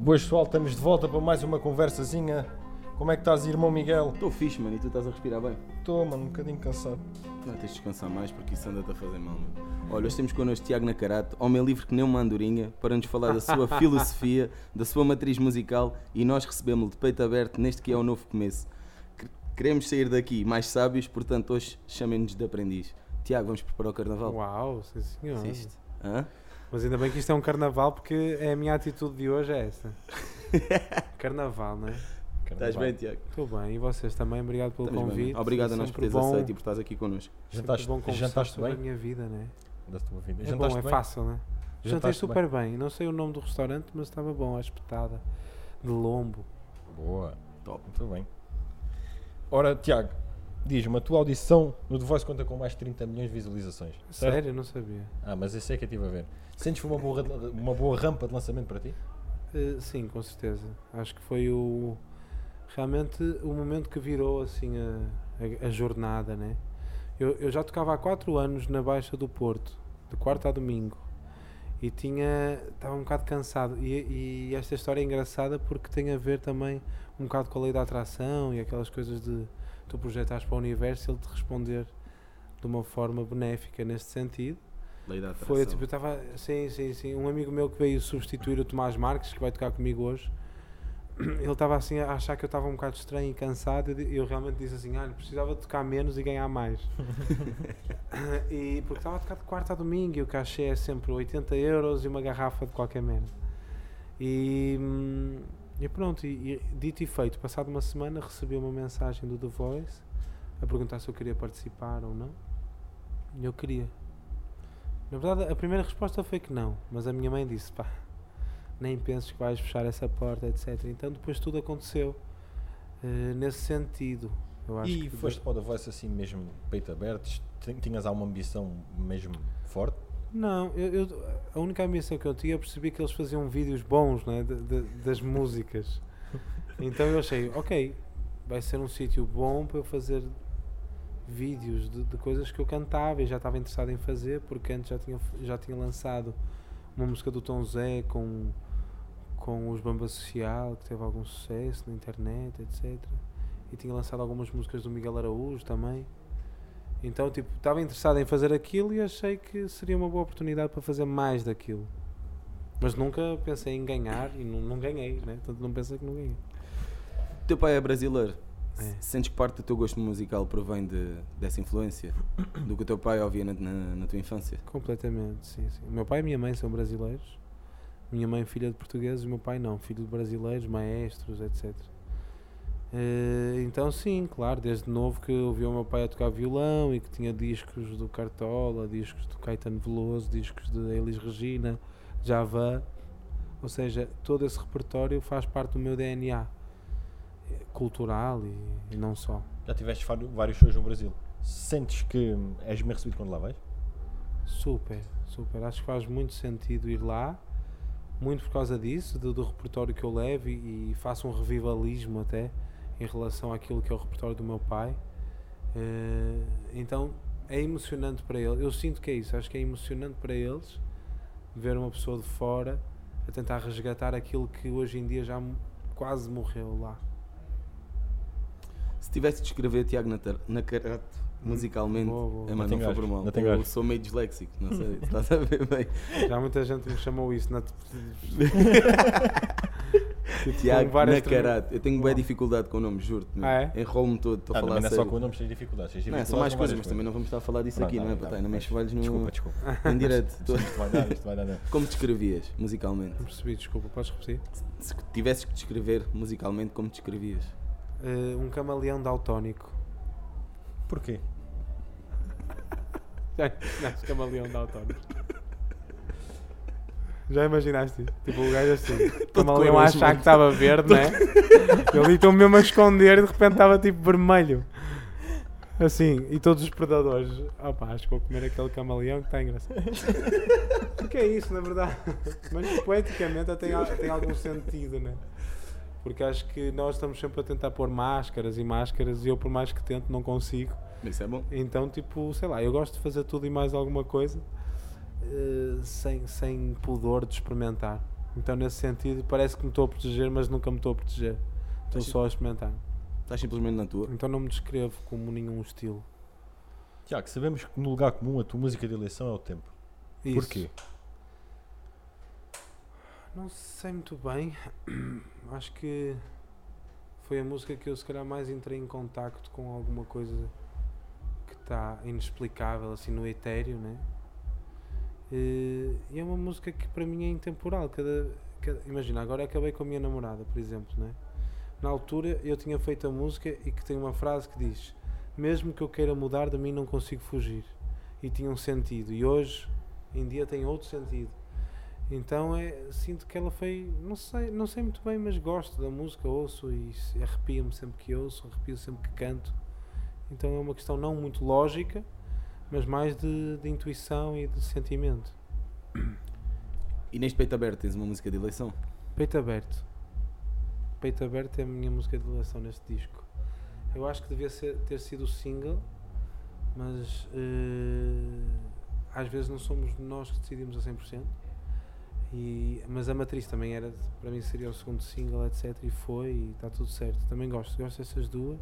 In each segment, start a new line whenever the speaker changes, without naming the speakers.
Boas pessoal, estamos de volta para mais uma conversazinha. Como é que estás, irmão Miguel?
Estou fixe, mano, e tu estás a respirar bem?
Estou, mano, um bocadinho cansado.
Não, Ah, tens de descansar mais porque isso anda-te a fazer mal. Mano. Olha, hoje temos connosco Tiago Nacarato, homem livre que nem uma andorinha, para nos falar da sua filosofia, da sua matriz musical e nós recebemos-lo de peito aberto neste que é o novo começo. Qu- Queremos sair daqui mais sábios, portanto hoje chamem-nos de aprendiz. Tiago, vamos preparar o carnaval?
Uau, sim senhor.
Assiste. Hã?
Mas ainda bem que isto é um carnaval porque é a minha atitude de hoje é esta. carnaval, não é?
Estás bem, Tiago?
Estou bem, e vocês também, obrigado pelo
Estamos bem,
convite.
mano. Obrigado a nós por
Sempre
teres
bom-
aceito tipo, e por estás aqui connosco.
sempre
Jantaste-
bom conversar
jantaste
sobre
bem?
a minha vida, né?
Andaste-me a ouvir.
É bom,
Jantaste
é
bem?
fácil, né? Jantei
Jantaste
super bem. não sei o nome do restaurante, mas estava bom, a espetada de lombo.
Boa.
Top.
Muito bem. Ora, Tiago, diz-me, a tua audição no The Voice conta com mais de 30 milhões de visualizações. certo?
Sério, não sabia.
Ah, mas esse é que eu estive a ver. Sentes que foi uma boa, uma boa rampa de lançamento para ti?
Eh, sim, com certeza. Acho que foi o realmente o momento que virou assim a, a- a jornada, né? Eu, eu já tocava há 4 anos na Baixa do Porto, de quarta a domingo, e tinha estava um bocado cansado. E, e esta história é engraçada porque tem a ver também um bocado com a lei da atração e aquelas coisas de tu projetares para o universo e ele te responder de uma forma benéfica neste sentido.
Lei da
Foi,
atração.
tipo, eu estava. Sim, sim, sim. Um amigo meu que veio substituir o Tomás Marques, que vai tocar comigo hoje, ele estava assim a achar que eu estava um bocado estranho e cansado. e di- Eu realmente disse assim: ah, precisava de tocar menos e ganhar mais. e, porque estava a tocar de quarta a domingo e o cachê é sempre 80 euros e uma garrafa de qualquer merda. E, hum, e pronto, e, e dito e feito, passado uma semana recebi uma mensagem do The Voice a perguntar se eu queria participar ou não. E eu queria. Na verdade, a primeira resposta foi que não, mas a minha mãe disse: pá, nem penses que vais fechar essa porta, etc. Então, depois tudo aconteceu eh, nesse sentido. Eu acho
E
que
foste para o The Voice assim mesmo, peito aberto? Ti- Tinhas alguma ambição mesmo forte?
Não, eu, eu- a única ambição que eu tinha eu percebi que eles faziam vídeos bons né, de- de- das músicas. Então eu achei, ok, vai ser um sítio bom para eu fazer vídeos de, de coisas que eu cantava e já estava interessado em fazer, porque antes já tinha, já tinha lançado uma música do Tom Zé com, com os Bamba Social, que teve algum sucesso na internet, etc. E tinha lançado algumas músicas do Miguel Araújo também. Então, tipo, estava interessado em fazer aquilo e achei que seria uma boa oportunidade para fazer mais daquilo. Mas nunca pensei em ganhar e não, não ganhei, né? Portanto, não pensei que não ganhei.
O teu pai é brasileiro.
É.
Sentes que parte do teu gosto musical provém de, dessa influência? Do que o teu pai ouvia na, na- na tua infância?
Completamente, sim, sim. O meu pai e a minha mãe são brasileiros. Minha mãe filha de portugueses, o meu pai não, filho de brasileiros, maestros, etc. Eh, então sim, claro, desde novo que ouvia o meu pai a tocar violão e que tinha discos do Cartola, discos do Caetano Veloso, discos de Elis Regina, Java. Ou seja, todo esse repertório faz parte do meu DNA eh, cultural e, e não só.
Já tiveste fa- vários shows no Brasil. Sentes que hum, és bem recebido quando lá vais?
Super, super. Acho que faz muito sentido ir lá, muito por causa disso, do, do repertório que eu levo e, e faço um revivalismo até em relação àquilo que é o repertório do meu pai. Eh, então é emocionante para ele. Eu sinto que é isso. Acho que é emocionante para eles ver uma pessoa de fora a tentar resgatar aquilo que hoje em dia já mo- quase morreu lá.
Se tivesse de escrever Tiago Natar- Nacarato musicalmente,
Boa, boa.
é, mano,
Não tem
não foi
gajo,
por mal.
não tem gajo.
Eu sou meio disléxico, não sei. Estás a ver bem?
Já muita gente me chamou isso. Na...
Tiago
várias
Nacarato. Eu tenho boa dificuldade com o nome, juro-te. meu.
Ah, é?
Enrolo-me todo, estou a
Ah,
falar
não,
a
não é
sério.
só com o nome, tens dificuldades. tens
Não,
dificuldades
são mais
com
coisas,
várias
mas também não vamos estar a falar disso
Não,
aqui,
não,
não é?
não,
Patai, não me
mas-
enxovalhos no...
Desculpa, desculpa.
em direto.
Isto vai dar, isto vai dar. não.
Como te escrevias musicalmente?
Não percebi, desculpa, podes repetir?
Se tivesses que descrever musicalmente, como te escrevias?
Eh, um camaleão daltónico.
Porquê?
Nasce camaleão da autónoma. Já imaginaste? isto? Tipo, o gajo assim, o camaleão a
coroas,
achar
mano.
que estava verde, né? Ele estou mesmo a esconder e de repente estava tipo vermelho. Assim, e todos os predadores. Ah pá, acho que vou comer aquele camaleão que está engraçado. Porque é isso, na verdade. Mas poeticamente até tem, al- tem algum sentido, né? Porque acho que nós estamos sempre a tentar pôr máscaras e máscaras e eu, por mais que tento, não consigo.
Isso é bom.
Então, tipo, sei lá, eu gosto de fazer tudo e mais alguma coisa eh, sem, sem pudor de experimentar. Então, nesse sentido, parece que me estou a proteger, mas nunca me estou a proteger. Estou
Mas-
só a experimentar.
Estás simplesmente na tua.
Então, não me descrevo como nenhum estilo.
Tiago, sabemos que no lugar comum a tua música de eleição é o tempo.
Isso.
Porquê?
Não sei muito bem. Acho que foi a música que eu se calhar mais entrei em contacto com alguma coisa que está inexplicável, assim, no etéreo, né? Eh, E é uma música que para mim é intemporal. Cada, cada- imagina, agora acabei com a minha namorada, por exemplo, né? Na altura eu tinha feito a música e que tem uma frase que diz Mesmo que eu queira mudar, de mim não consigo fugir. E tinha um sentido. E hoje, em dia, tem outro sentido. Então é, sinto que ela foi, não sei, não sei muito bem, mas gosto da música, ouço e se- arrepio-me sempre que ouço, arrepio sempre que canto. Então é uma questão não muito lógica, mas mais de, de intuição e de sentimento.
E neste peito aberto tens uma música de eleição.
Peito aberto. Peito aberto é a minha música de eleição neste disco. Eu acho que devia ser- ter sido o single, mas eh, às vezes não somos nós que decidimos a 100%. E, mas a Matriz também era, para mim seria o segundo single, etc. E foi, e está tudo certo. Também gosto, gosto dessas duas.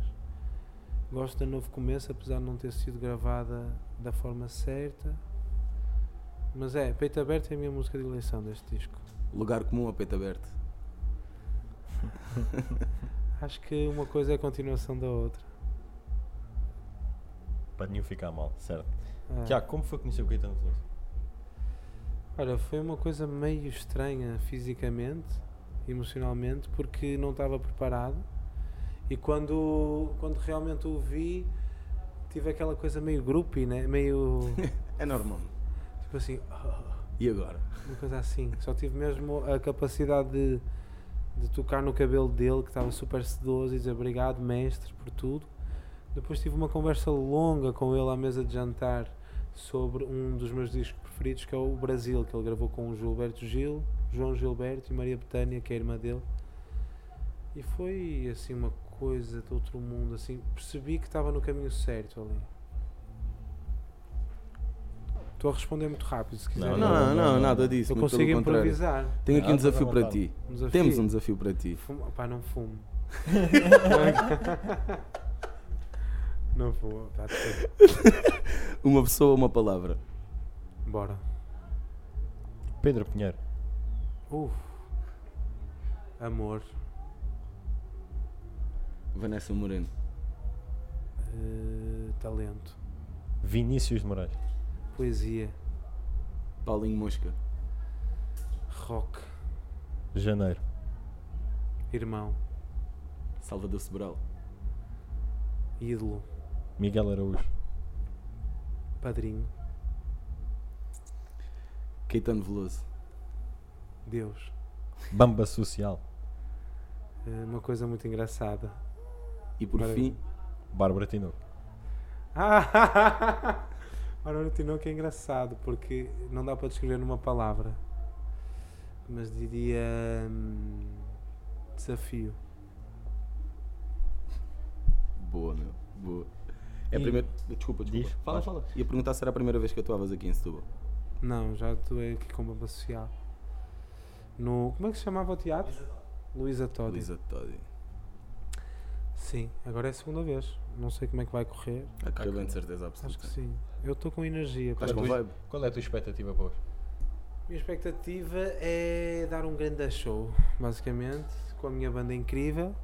Gosto da Novo Começo, apesar de não ter sido gravada da forma certa. Mas é, Peito Aberto é a minha música de eleição deste disco.
Lugar comum a peito aberto.
Acho que uma coisa é a continuação da outra.
Para nenhum ficar mal, certo?
Ah.
É.
Tiago, como foi conhecer o Caetano Veloso?
Olha, foi uma coisa meio estranha fisicamente, emocionalmente, porque não estava preparado. E quando, quando realmente o vi, tive aquela coisa meio groupie, né? meio
É normal.
tipo assim, "Oh",
E agora?
uma coisa assim. Só tive mesmo a capacidade de, de tocar no cabelo dele, que estava super sedoso, e dizer obrigado, mestre, por tudo. Depois tive uma conversa longa com ele à mesa de jantar sobre um dos meus discos preferidos, que é o Brasil, que ele gravou com o Gilberto Gil, João Gilberto e Maria Betânia, que é a irmã dele. E foi assim uma coisa de outro mundo, assim, percebi que estava no caminho certo ali. Estou a responder muito rápido, se quiser.
Não,
Não,
não,
não,
não,
não,
não.
nada disso.
Eu
muito
consigo
pelo contrário.
improvisar.
Tenho aqui
Ah,
um
estás à
desafio para
vontade.
ti.
Um desafio.
Temos um desafio para ti.
Fumo, pá, não fumo. não fumo, pá, desculpa.
Uma pessoa, uma palavra.
Bora.
Pedro Pinheiro.
Uf. Amor.
Vanessa Moreno.
eh, talento.
Vinícius de Moraes.
Poesia.
Paulinho Mosca.
Rock.
Janeiro.
Irmão.
Salvador Sobral.
Ídolo.
Miguel Araújo.
Padrinho.
Caetano Veloso.
Deus.
Bamba Social.
Eh, uma coisa muito engraçada.
E por
Olha.
fim,
Bárbara Tinoco.
Ah, Ora, o que é engraçado, porque não dá para descrever numa palavra. Mas diria. hum, desafio.
boa, meu. Boa. É a
E-
primeira. Desculpa, desculpa.
Diz,
fala,
faz.
fala. Ia perguntar se era a primeira vez que atuavas aqui em Setúbal.
Não, já atuei aqui com Bamba Social. No. Como é que se chamava o teatro? Luísa Todd.
Lisa Toddy.
Sim, agora é a segunda vvez. Não sei como é que vai correr.
Ah, correu bem de certeza absoluta.
Acho que sim. Eu estou com energia.
Estás
para
com
isso.
vibe?
Qual é a tua expectativa para hoje?
Minha expectativa é dar um grande show, basicamente, com a minha banda incrível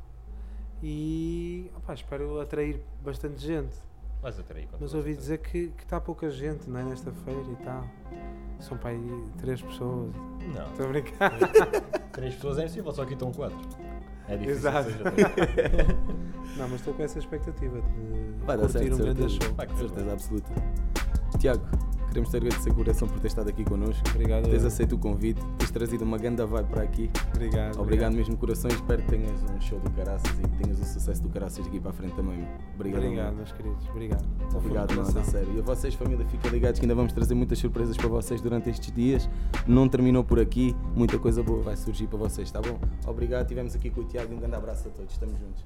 e opá, espero atrair bastante gente.
Vais atrair. quando
Mas
vais
ouvi
atrair.
dizer que está pouca gente não é, nesta feira e tal. São para aí três pessoas.
Não.
Estou a brincar.
É
Três pessoas é impossível, só aqui estão quatro. É difícil.
Exato.
que seja três.
Não, mas estou com essa expectativa de
Vai dar
curtir
certo,
um grande
certeza.
show.
Vai
De
correr bem.
certeza absoluta. Tiago, queremos te agradecer de coração por ter estado aqui connosco.
Obrigado.
Teres
eu.
aceito o convite, teres trazido uma grande vibe para aqui.
Obrigado.
Obrigado mesmo, de coração. e Espero que tenhas um show do caraças e que tenhas o sucesso do caraças daqui para a frente também. Obrigado.
Obrigado,
mano.
meus queridos. Obrigado.
Obrigado,
Foi um
mano, a
prazer.
sério. E a vocês, família, fiquem ligados que ainda vamos trazer muitas surpresas para vocês durante estes dias. Não terminou por aqui, muita coisa boa vai surgir para vocês, tá bom? Obrigado, estivemos aqui com o Tiago e um grande abraço a todos. Estamos juntos.